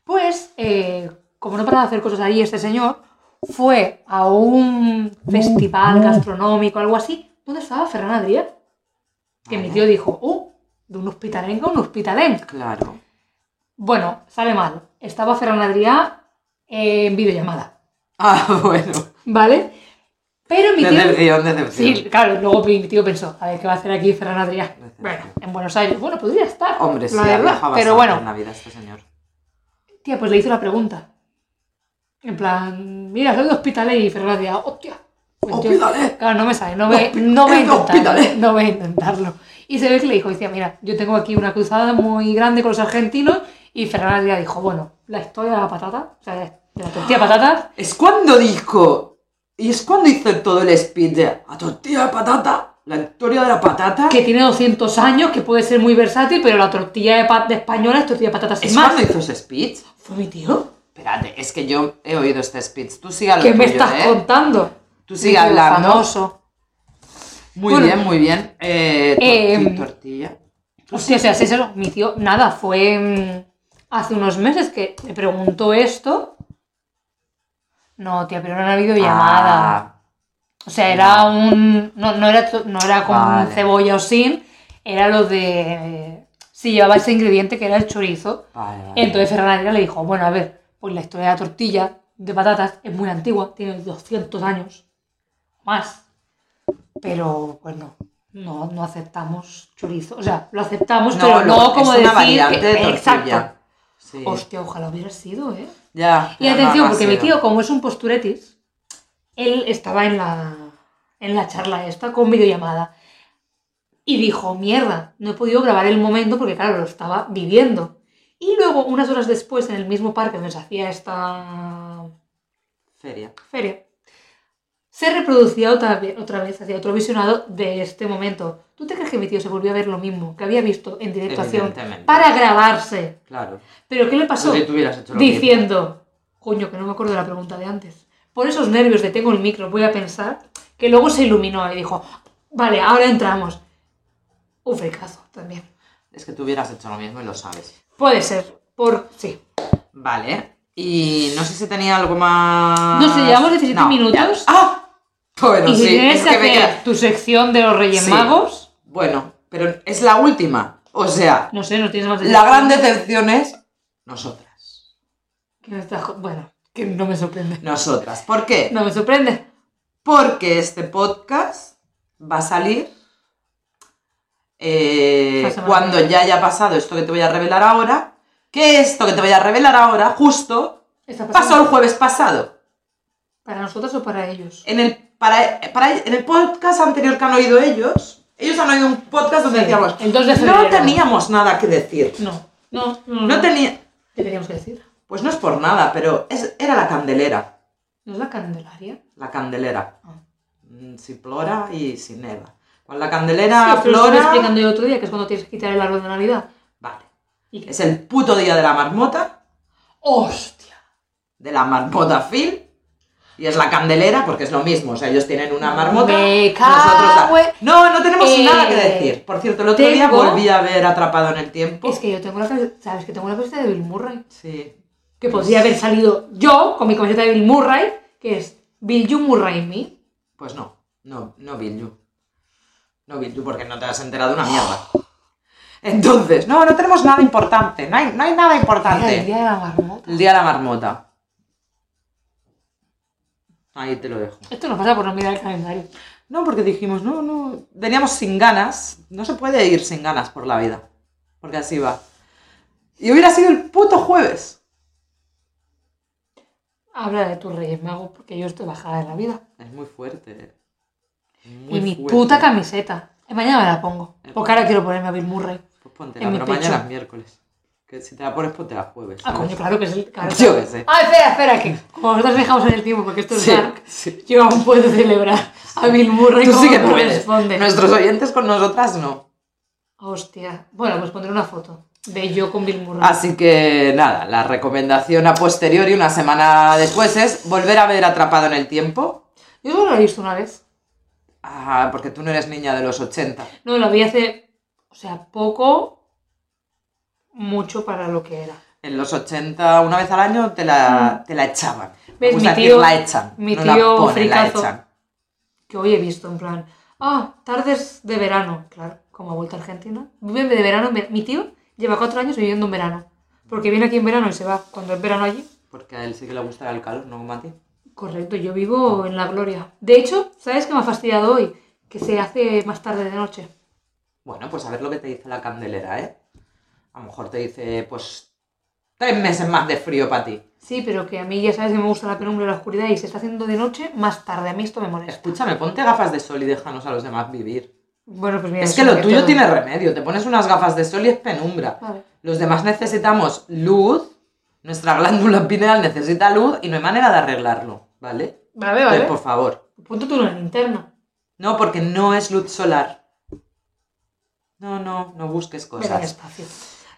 B: Pues, eh, como no paraba de hacer cosas ahí, este señor fue a un festival gastronómico, algo así, donde estaba Ferran Adrià, que mi
A: Vale.
B: tío dijo, oh, de un hospitalenc a un hospitalenc.
A: Claro.
B: Bueno, sale mal. Estaba Ferran Adrià eh, en videollamada,
A: Ah, bueno.
B: ¿vale? Pero mi tío...
A: Decepción, decepción.
B: Sí, claro, luego mi tío pensó, a ver, ¿qué va a hacer aquí Ferran Adrià? Bueno, en Buenos Aires. Bueno, podría estar.
A: Hombre,
B: la
A: sí,
B: verdad,
A: viaja bastante
B: Pero
A: en
B: bueno,
A: la vida este señor.
B: tía, pues le hizo la pregunta. En plan, mira, soy de Hospitalet y Ferran Adrià, hostia. Pues
A: Oh,
B: yo-
A: Hospitalet.
B: Claro, no me sale, no voy,
A: Hospi-
B: no voy
A: es
B: a
A: de
B: intentarlo.
A: Hospitalet.
B: No voy a intentarlo. Y se ve que le dijo, decía, mira, yo tengo aquí una cruzada muy grande con los argentinos y Ferran Adrià dijo, bueno, la historia de la patata, o sea, de la tortilla de patatas,
A: Es cuando dijo. Y es cuando hizo todo el speed de la tortilla de patata. La historia de la patata.
B: que tiene 200 años, que puede ser muy versátil, pero la tortilla de, pa- de española es tortilla de patatas sin
A: Es
B: más.
A: cuando hizo ese speech.
B: ¿Fue mi tío?
A: Espérate, es que yo he oído este speech. Tú sigue lo
B: ¿Qué me
A: tuyo,
B: estás
A: ¿eh?
B: contando?
A: Tú sigue
B: Mi tío
A: hablando.
B: Famoso.
A: Muy
B: Bueno.
A: bien, muy bien. Eh, torti-
B: Em.
A: tortilla.
B: Hostia, o sea, sí, eso, mi tío, nada, fue mm, hace unos meses que me preguntó esto. No, tía, pero no ha habido llamada.
A: Ah,
B: O sea, era un. No, no era, to- no era con
A: Vale.
B: cebolla o sin, era lo de. Si llevaba ese ingrediente que era el chorizo.
A: Ah, vale, vale.
B: Entonces Ferran Adrià le dijo, bueno, a ver, pues la historia de la tortilla de patatas es muy antigua, tiene 200 años, más. Pero, pues no, no, no aceptamos chorizo. O sea, lo aceptamos, pero
A: lo-
B: no como
A: es una
B: decir
A: variante
B: que-
A: de tortilla.
B: Exacto.
A: Sí.
B: Hostia, ojalá hubiera sido, ¿eh?
A: Ya.
B: Y
A: ya, no,
B: atención,
A: no ha
B: porque mi
A: sido.
B: tío, como es un posturetis, él estaba en la, en la charla esta con videollamada. Y dijo, mierda, no he podido grabar el momento porque, claro, lo estaba viviendo. Y luego, unas horas después, en el mismo parque donde se hacía esta
A: Feria.
B: feria, se reproducía otra, ve- otra vez, hacía otro visionado de este momento. ¿Tú te crees que mi tío se volvió a ver lo mismo que había visto en directo acción
A: Evidentemente.
B: para grabarse?
A: Claro.
B: ¿Pero qué le pasó?
A: Si tú hubieras hecho lo mismo.
B: diciendo, coño, que no me acuerdo de la pregunta de antes. Por esos nervios de tengo el micro, voy a pensar, que luego se iluminó y dijo, vale, ahora entramos. Un fricazo también.
A: Es que tú hubieras hecho lo mismo y lo sabes.
B: Puede ser, por sí.
A: Vale. Y no sé si tenía algo más.
B: No sé, llevamos 17
A: No,
B: minutos.
A: ya. ¡Ah! Bueno,
B: y si
A: sí.
B: tienes
A: es
B: que
A: que me
B: hacer
A: queda-
B: tu sección de los Reyes
A: Sí.
B: Magos,
A: Bueno, pero es la última. O sea,
B: no sé, no tienes más de
A: la gran decepción es nosotras.
B: Que no estás jo- Bueno, que no me sorprende.
A: Nosotras. ¿Por qué?
B: No me sorprende.
A: Porque este podcast va a salir eh,
B: La semana
A: cuando
B: que viene.
A: ya haya pasado esto que te voy a revelar ahora. Que esto que te voy a revelar ahora, justo,
B: Está
A: pasó el jueves pasado.
B: ¿Para nosotros o para ellos?
A: en el, para, para- en el podcast anterior que han oído ellos, ellos han oído un podcast donde
B: Sí,
A: decíamos,
B: el 2 de
A: no
B: febrero".
A: teníamos nada que decir.
B: No, no, no.
A: No tenía,
B: ¿Qué teníamos que decir?
A: pues no es por nada, pero es- era la candelera,
B: ¿No es la Candelaria?
A: la candelera.
B: Ah.
A: Mm, Sin flora y sin neva. Con la candelera,
B: Sí, pero lo estuve
A: flora...
B: explicando yo otro día, que es cuando tienes que quitar el árbol de Navidad.
A: Vale.
B: Y que-
A: Es el puto día de la marmota,
B: ¡Hostia!
A: de la marmota Phil. Y es la candelera porque es lo mismo, o sea, ellos tienen una marmota.
B: Me
A: nosotros
B: cago en-
A: la- No, no tenemos
B: Eh,
A: nada que decir. Por cierto, el otro día
B: tengo-
A: volví a ver Atrapado en el Tiempo.
B: Es que yo tengo la camiseta, ¿sabes? Que tengo la camiseta de Bill Murray.
A: Sí.
B: Que podría haber salido yo con mi camiseta de Bill Murray, que es Bill You Murray Me.
A: Pues no, no, no Bill You. No Bill You porque no te has enterado una mierda. Entonces, no, no tenemos nada importante, no hay, no hay nada
B: Era el
A: importante.
B: día de la marmota.
A: El día de la marmota. Ahí te lo dejo.
B: Esto nos pasa por no mirar el calendario.
A: No, porque dijimos, no, no, veníamos sin ganas, no se puede ir sin ganas por la vida, porque así va. Y hubiera sido el puto jueves.
B: Habla de tus Reyes Magos, porque yo estoy bajada de la vida.
A: Es muy fuerte. eh. Es
B: y
A: muy
B: mi
A: fuerte.
B: puta camiseta. Eh, Mañana me la pongo.
A: Eh,
B: Porque ahora quiero ponerme a Bill Murray.
A: Pues ponte
B: en mi
A: pero mañana
B: pecho.
A: es miércoles. Que si te la pones, ponte la jueves.
B: Ah, coño, claro que es el claro.
A: Yo qué sé.
B: Ah, espera, espera, que como nosotros dejamos en el tiempo porque esto es
A: Sí,
B: dark,
A: sí.
B: yo aún puedo celebrar a Bill Murray
A: Tú
B: como
A: sí que puedes.
B: corresponde. Ah,
A: Nuestros oyentes con nosotras no.
B: Hostia. Bueno, pues pondré una foto de yo con Bill Murray.
A: Así que nada, la recomendación a posteriori, una semana después, es volver a ver Atrapado en el Tiempo.
B: Yo solo la he visto una vez.
A: Ah, porque tú no eres niña de los 80.
B: No, la vi hace, o sea, poco, mucho para lo que era.
A: En los 80, una vez al año, te la, te la echaban. Me
B: Mm. ¿Ves?
A: gusta
B: Mi
A: decir,
B: tío-
A: la echan.
B: mi
A: no la
B: tío
A: ponen, la
B: fricazo.
A: echan.
B: que hoy he visto, en plan, ah, tardes de verano, claro, como ha vuelto a Argentina, viven de verano, en ver- mi tío lleva cuatro años viviendo en verano, porque viene aquí en verano y se va cuando es verano allí.
A: Porque a él sí que le gusta el calor, ¿no, Mati?
B: Correcto, yo vivo en la gloria. De hecho, ¿sabes qué me ha fastidiado hoy? Que se hace más tarde de noche.
A: Bueno, pues a ver lo que te dice la candelera, ¿eh? A lo mejor te dice, pues, tres meses más de frío para ti.
B: Sí, pero que a mí ya sabes que me gusta la penumbra y la oscuridad y se está haciendo de noche más tarde. A mí esto me molesta.
A: Escúchame, ponte gafas de sol y déjanos a los demás vivir.
B: Bueno, pues mira.
A: Es
B: eso
A: que lo
B: sobre
A: tuyo
B: todo.
A: tiene remedio, te pones unas gafas de sol y es penumbra.
B: Vale.
A: Los demás necesitamos luz, nuestra glándula pineal necesita luz y no hay manera de arreglarlo, ¿vale?
B: Vale,
A: Entonces,
B: vale.
A: por favor.
B: Ponte tú una linterna.
A: No, porque no es luz solar. No, no, no busques
B: Vete al
A: cosas.
B: espacio.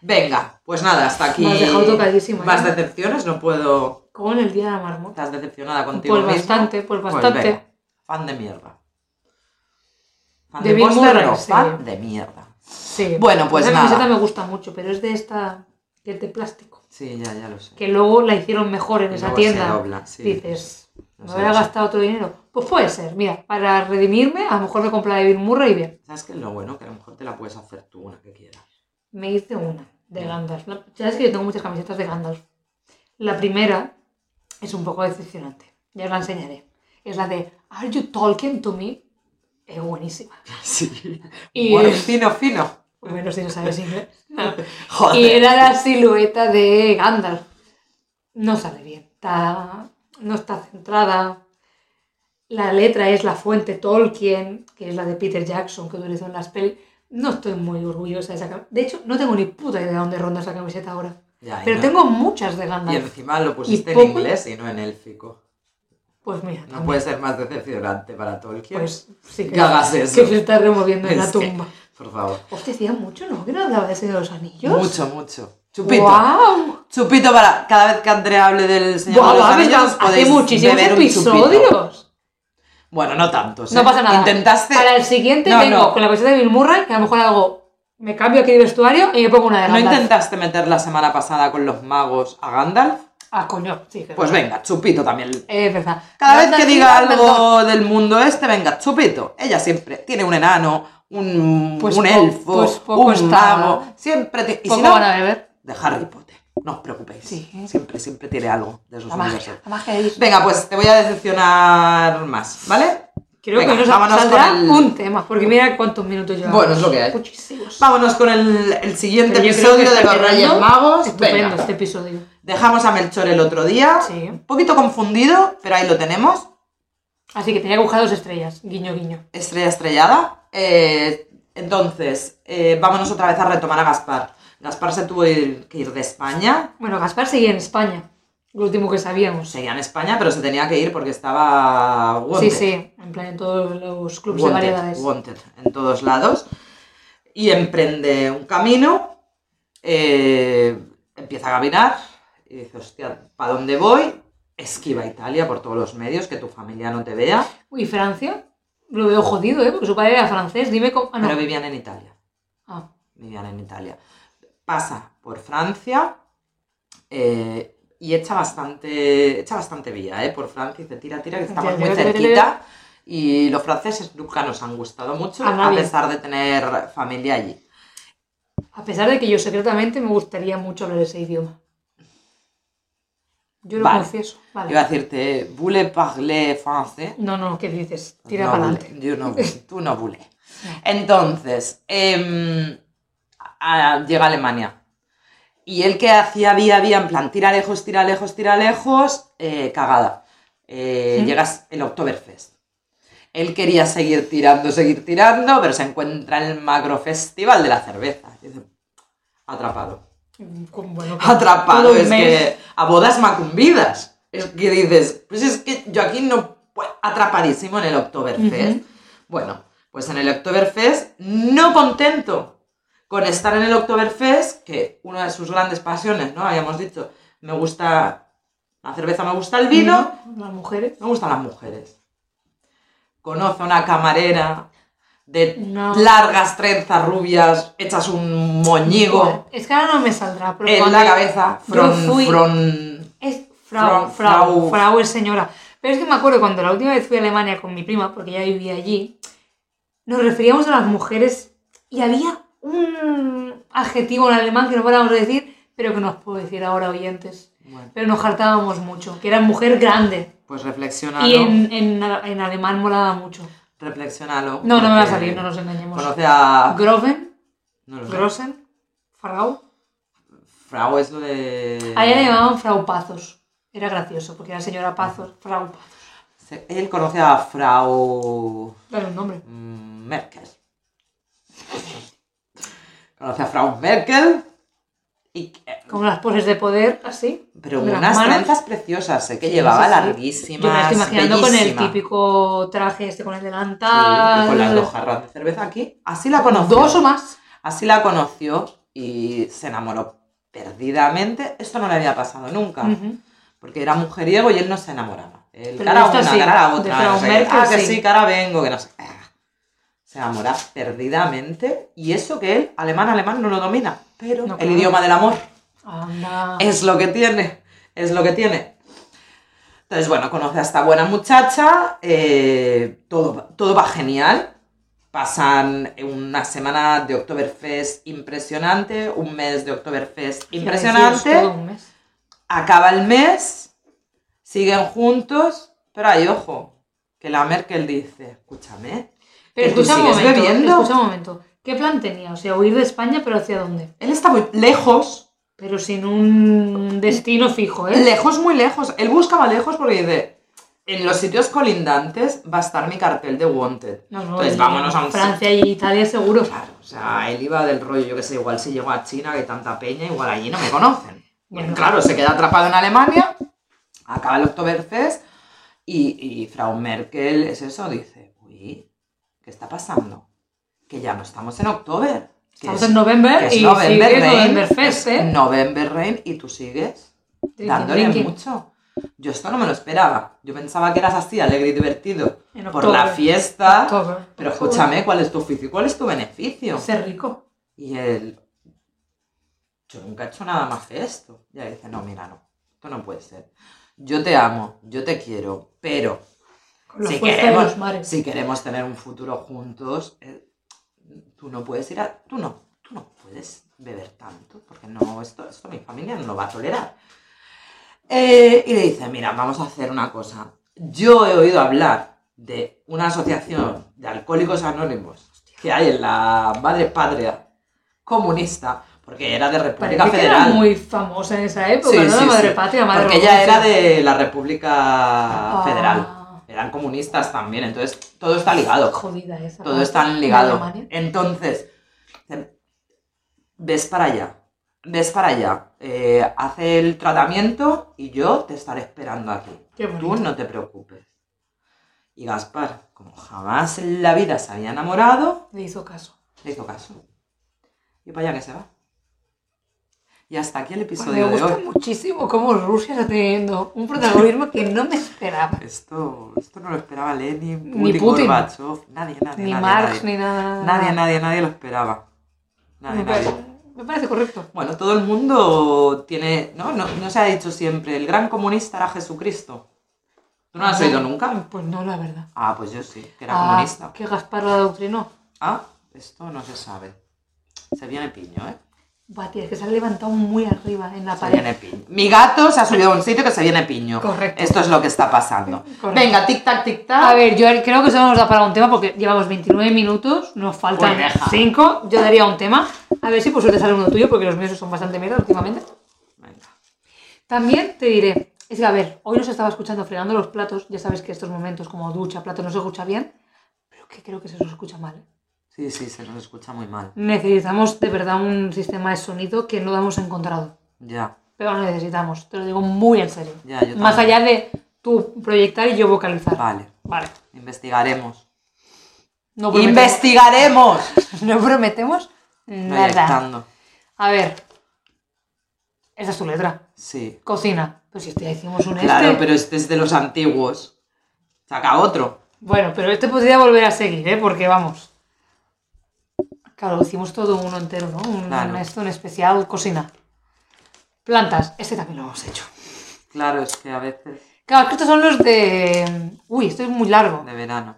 A: Venga, pues nada, hasta aquí.
B: Me has dejado tocadísima,
A: Más
B: ¿eh?
A: decepciones, no puedo.
B: Como en el día de la marmota.
A: Estás decepcionada contigo
B: Pues
A: misma?
B: bastante, pues bastante.
A: venga, fan de mierda. Fan
B: De
A: de,
B: Bill
A: póster
B: Murray,
A: no,
B: sí.
A: fan de mierda.
B: Sí.
A: Bueno, pues
B: Esa
A: nada.
B: camiseta me gusta mucho, pero es de esta, que es de plástico.
A: Sí, ya, ya lo sé.
B: Que luego la hicieron mejor en
A: Y
B: esa
A: luego se
B: tienda.
A: dobla, sí.
B: Dices,
A: No
B: ¿me
A: sé,
B: habrá
A: no sé.
B: gastado otro dinero? Pues puede ser, mira, para redimirme, a lo mejor me compré la de Bill Murray y bien.
A: ¿Sabes qué es lo bueno? Que a lo mejor te la puedes hacer tú una que quieras.
B: Me hice una de Gandalf. La- Sabes que yo tengo muchas camisetas de Gandalf. La primera es un poco decepcionante. Ya os la enseñaré. Es la de Are you talking to me? Es buenísima.
A: Sí.
B: Y-
A: Bueno, fino, fino.
B: Bueno, si no sabes inglés. Y
A: Joder.
B: era la silueta de Gandalf. No sale bien. Está, no está centrada. La letra es la fuente Tolkien, que es la de Peter Jackson, que utilizó en las pelis. No estoy muy orgullosa de esa camiseta. De hecho, no tengo ni puta idea de dónde ronda esa camiseta ahora.
A: Ya, y
B: Pero
A: no-
B: tengo muchas de
A: Y
B: Gandalf.
A: encima lo pusiste
B: Y
A: en
B: poco-
A: inglés y no en élfico.
B: Pues mira,
A: No
B: también,
A: puede ser más decepcionante para Tolkien.
B: pues sí que,
A: que hagas eso.
B: que se está removiendo en la
A: Es que-
B: tumba.
A: Por favor.
B: Hostia, hacía mucho, ¿no? Que no hablaba de ese de los anillos.
A: Mucho, mucho. Chupito.
B: ¡Guau!
A: Chupito para cada vez que Andrea hable del señor
B: Buah,
A: de los
B: va,
A: Anillos,
B: verdad, hace
A: podéis
B: muchísimos
A: beber un chupito.
B: episodios.
A: Bueno, no tantos.
B: No
A: ¿eh?
B: pasa nada.
A: Intentaste.
B: Para el siguiente
A: No,
B: vengo
A: no.
B: con la camiseta de Bill Murray, que a lo mejor hago, me cambio aquí de vestuario y me pongo una de
A: ¿No
B: Gandalf.
A: intentaste meter la semana pasada con los magos a Gandalf?
B: Ah, coño, sí. que-
A: Pues venga, chupito también.
B: Es verdad.
A: Cada vez
B: Gandalf
A: que
B: y
A: diga
B: Dumbledore.
A: algo del mundo este, venga, chupito. Ella siempre tiene un enano, un,
B: Pues
A: un
B: po-
A: elfo,
B: pues poco
A: un
B: está-
A: mago. Siempre tiene. Y
B: ¿Poco
A: si no, pues
B: van a beber?
A: de Harry Potter. No os preocupéis.
B: Sí.
A: Siempre, siempre tiene algo de sus
B: La
A: universos.
B: magia, la magia de Disney.
A: Venga, pues te voy a decepcionar más, ¿vale?
B: Creo
A: venga,
B: que nos
A: vámonos
B: saldrá
A: con el-
B: un tema, porque mira cuántos minutos llevamos.
A: Bueno, es lo que hay.
B: Muchísimos.
A: Vámonos con el, el siguiente
B: Pero yo creo que
A: episodio de
B: está
A: los Reyes
B: quedando
A: Magos.
B: Estupendo
A: Venga.
B: este episodio.
A: Dejamos a Melchor el otro día.
B: Sí.
A: Un poquito confundido, pero ahí lo tenemos.
B: Así que tenía que buscar dos estrellas. Guiño, guiño.
A: Estrella estrellada. Eh, entonces, eh, vámonos otra vez a retomar a Gaspar. Gaspar se tuvo ir- que ir de España.
B: Bueno, Gaspar seguía en España. Lo último que sabíamos.
A: Seguía en España, pero se tenía que ir porque estaba wanted.
B: Sí, sí, en plan en todos los clubs de
A: wanted,
B: variedades.
A: wanted, en todos lados. Y emprende un camino. eh, empieza a caminar. Y dice, hostia, ¿para dónde voy? Esquiva Italia por todos los medios, que tu familia no te vea.
B: ¿Y Francia? Lo veo jodido, ¿eh? Porque su padre era francés. Dime cómo. Ah, no.
A: Pero vivían en Italia.
B: Ah,
A: vivían en Italia. Pasa por Francia eh, y echa bastante, echa bastante vía eh, por Francia y te tira, tira, que estamos muy cerquita. Y los franceses nunca nos han gustado mucho,
B: A
A: a
B: nadie.
A: pesar de tener familia allí.
B: A pesar de que yo secretamente me gustaría mucho hablar ese idioma. Yo lo
A: Vale.
B: confieso. Vale.
A: Iba a decirte, voulez parler français?
B: No, no, ¿qué dices? Tira
A: No
B: para
A: voulez,
B: adelante.
A: yo no voulez, tú no voulez. Entonces, em, a- a- llega a Alemania. Y él que hacía vía, vía, en plan, tira lejos, tira lejos, tira lejos, eh, cagada. Eh,
B: ¿Sí?
A: Llegas el Oktoberfest. Él quería seguir tirando, seguir tirando, pero se encuentra en el macro festival de la cerveza. Y dice, atrapado.
B: con- bueno, con
A: atrapado,
B: todo un
A: es
B: mes.
A: que a bodas macumbidas. Es que dices, pues es que yo aquí no puedo, atrapadísimo en el Oktoberfest.
B: Ujú.
A: Bueno, pues en el Oktoberfest, no contento con estar en el Oktoberfest, que una de sus grandes pasiones, ¿no? Habíamos dicho, me gusta la cerveza, me gusta el vino,
B: Las mujeres.
A: me gustan las mujeres. Conoce a una camarera de
B: No.
A: largas trenzas rubias, hechas un moñigo
B: Es que ahora no me saldrá, pero
A: en
B: cuando-
A: la cabeza,
B: yo
A: fron,
B: fui-
A: fron-
B: Es
A: Frau,
B: Frau, Frau,
A: Frau.
B: Frau es señora. Pero es que me acuerdo cuando la última vez fui a Alemania con mi prima, porque ya vivía allí, nos referíamos a las mujeres y había un adjetivo en alemán que no parábamos de decir, pero que no os puedo decir ahora, oyentes.
A: Bueno,
B: Pero nos hartábamos mucho, que era mujer grande.
A: pues reflexionalo.
B: y en, en- en alemán molaba mucho.
A: Reflexionalo.
B: No, no me va a
A: porque
B: salir, no nos engañemos.
A: Conoce a.
B: Groven,
A: No lo sé.
B: Grossen, Frau.
A: Frau es lo de.
B: A ella le llamaban Frau Pazos. Era gracioso, porque era señora Pazos, Frau Pazos.
A: Se- Él conoce a Frau.
B: Dale un nombre.
A: mm, Merkel. conoce a Frau Merkel. Y, eh,
B: Con las poses de poder, así.
A: pero
B: de las
A: unas
B: manos.
A: trenzas preciosas, eh, que
B: Sí,
A: llevaba
B: sí, sí.
A: larguísimas.
B: Yo me la estoy imaginando con el
A: bellísima.
B: típico traje este, con el
A: Sí, y
B: delantal. Ah,
A: con las dos jarras de cerveza aquí. Así la conoció.
B: Dos o más.
A: Así la conoció y se enamoró perdidamente. Esto no le había pasado nunca,
B: Ujú.
A: porque era mujeriego y él no se enamoraba. El
B: Pero
A: cara a
B: esto
A: una,
B: sí,
A: cara a
B: de
A: otra.
B: Frau
A: no sé qué.
B: Merkel
A: ah, que
B: sí.
A: sí, cara vengo, que no sé. qué. Se enamora perdidamente y eso que él, alemán, alemán, no lo domina. Pero
B: No,
A: el
B: claro.
A: idioma del amor
B: Anda.
A: es lo que tiene, es lo que tiene. Entonces, bueno, conoce a esta buena muchacha, eh, todo, todo va genial. Pasan una semana de Oktoberfest impresionante, un mes de Oktoberfest
B: Ya decías, todo
A: impresionante.
B: un mes.
A: Acaba el mes, siguen juntos, pero ahí ojo, que la Merkel dice, escúchame,
B: Pero
A: ¿Que tú
B: escucha un
A: sigues
B: momento.
A: bebiendo?
B: Escucha un momento. ¿Qué plan tenía? O sea, huir de España, pero ¿hacia dónde?
A: él está muy lejos,
B: Pero sin un destino fijo, ¿eh?
A: Lejos, muy lejos. Él buscaba lejos porque dice, en los sitios colindantes va a estar mi cartel de Wanted.
B: Nos vamos
A: Entonces Pues
B: a
A: vámonos a un sitio.
B: Francia y Italia seguro.
A: Claro, o sea, él iba del rollo, yo que sé, igual si llegó a China, que hay tanta peña, igual allí no me conocen.
B: Bueno.
A: Claro, se queda atrapado en Alemania, acaba el Oktoberfest y, y Frau Merkel es eso, dice, uy, ¿qué está pasando? Que ya no estamos en Oktober. que
B: Estamos
A: es-
B: en
A: que
B: November
A: es
B: y
A: November
B: sigue
A: Rain,
B: November Fest,
A: es
B: ¿eh?
A: November Rain y tú sigues
B: Trinqui,
A: dándole
B: trinqui.
A: mucho. Yo esto no me lo esperaba. Yo pensaba que eras así, alegre y divertido
B: En
A: por
B: octubre.
A: la fiesta.
B: Octubre.
A: Pero escúchame, ¿cuál es tu oficio? y ¿Cuál es tu beneficio?
B: Ser rico.
A: Y él, yo nunca he hecho nada más que esto. Y ella dice, no, mira, no, esto no puede ser. Yo te amo, yo te quiero, pero
B: Con la
A: si
B: fuerza de
A: queremos,
B: los mares.
A: si queremos tener un futuro juntos, eh, tú no puedes ir a... Tú no, tú no puedes beber tanto, porque no, esto, esto mi familia no lo va a tolerar. Eh, y le dice, mira, vamos a hacer una cosa. Yo he oído hablar de una asociación de alcohólicos anónimos que hay en la madre patria comunista, porque era de República
B: Parece que
A: Federal.
B: era muy famosa en esa época,
A: Sí,
B: ¿no?
A: sí,
B: la madre
A: sí.
B: patria, madre
A: Porque ella era
B: República.
A: de la República
B: Ah,
A: Federal. Eran comunistas también, entonces todo está ligado.
B: Jodida esa.
A: Todo
B: parte
A: está
B: de
A: ligado.
B: Alemania.
A: Entonces, dicen, ves para allá, ves para allá, eh, hace el tratamiento y yo te estaré esperando aquí.
B: Qué bonito.
A: Tú no te preocupes. Y Gaspar, como jamás en la vida se había enamorado,
B: Le hizo caso.
A: le hizo caso. Y para allá que se va. Y hasta aquí el
B: Pues me
A: episodio de
B: gusta
A: hoy.
B: muchísimo cómo Rusia está teniendo un protagonismo que no me esperaba.
A: Esto, esto no lo esperaba Lenin,
B: Ni
A: Putin,
B: Putin.
A: Gorbachev, nadie, nadie,
B: Ni
A: nadie, nadie.
B: Marx, ni nada.
A: Nadie, nadie, nadie lo esperaba. Nadie,
B: me, pare-
A: nadie.
B: me parece correcto.
A: Bueno, todo el mundo tiene, ¿no? ¿no? no se ha dicho siempre, el gran comunista era Jesucristo. ¿Tú no lo has oído nunca?
B: Pues no, la verdad.
A: Ah, pues yo sí, que era
B: Ah,
A: comunista.
B: Que Gaspar la adoctrinó.
A: Ah, esto no se sabe. Se viene piño, ¿eh?
B: Va, tía, es que se ha levantado muy arriba en la
A: Se
B: pared.
A: viene piño. Mi gato se ha subido a un sitio que se viene piño.
B: Correcto.
A: Esto es lo que está pasando.
B: Correcto.
A: Venga, tic tac, tic tac.
B: A ver, yo creo que eso nos da para un tema porque llevamos 29 minutos, nos faltan
A: Pues deja.
B: 5. Yo daría un tema. A ver si por suerte sale uno tuyo porque los míos son bastante mierda últimamente.
A: Venga.
B: También te diré, es que a ver, hoy nos estaba escuchando fregando los platos, ya sabes que estos momentos como ducha, plato no se escucha bien, pero que creo que se nos escucha mal. ¿eh?
A: Sí, sí, se nos escucha muy mal.
B: Necesitamos de verdad un sistema de sonido que no hemos encontrado.
A: Ya,
B: Pero lo necesitamos, te lo digo muy en serio.
A: ya, yo
B: Más
A: también.
B: allá de tú proyectar y yo vocalizar.
A: Vale,
B: Vale.
A: investigaremos.
B: No prometemos,
A: ¡Investigaremos!
B: no prometemos nada.
A: Proyectando.
B: A ver. Esa es tu letra.
A: Sí.
B: Cocina. Pues si este ya hicimos un
A: Claro,
B: este.
A: pero este es de los antiguos. Saca otro.
B: Bueno, pero este podría volver a seguir, ¿eh? Porque vamos. Claro, hicimos todo uno entero, ¿no? Un,
A: Claro.
B: esto, un especial cocina. Plantas. Este también lo hemos hecho.
A: Claro, es que a veces
B: Claro, es que estos son los de. mm, Uy, esto es muy largo.
A: de verano.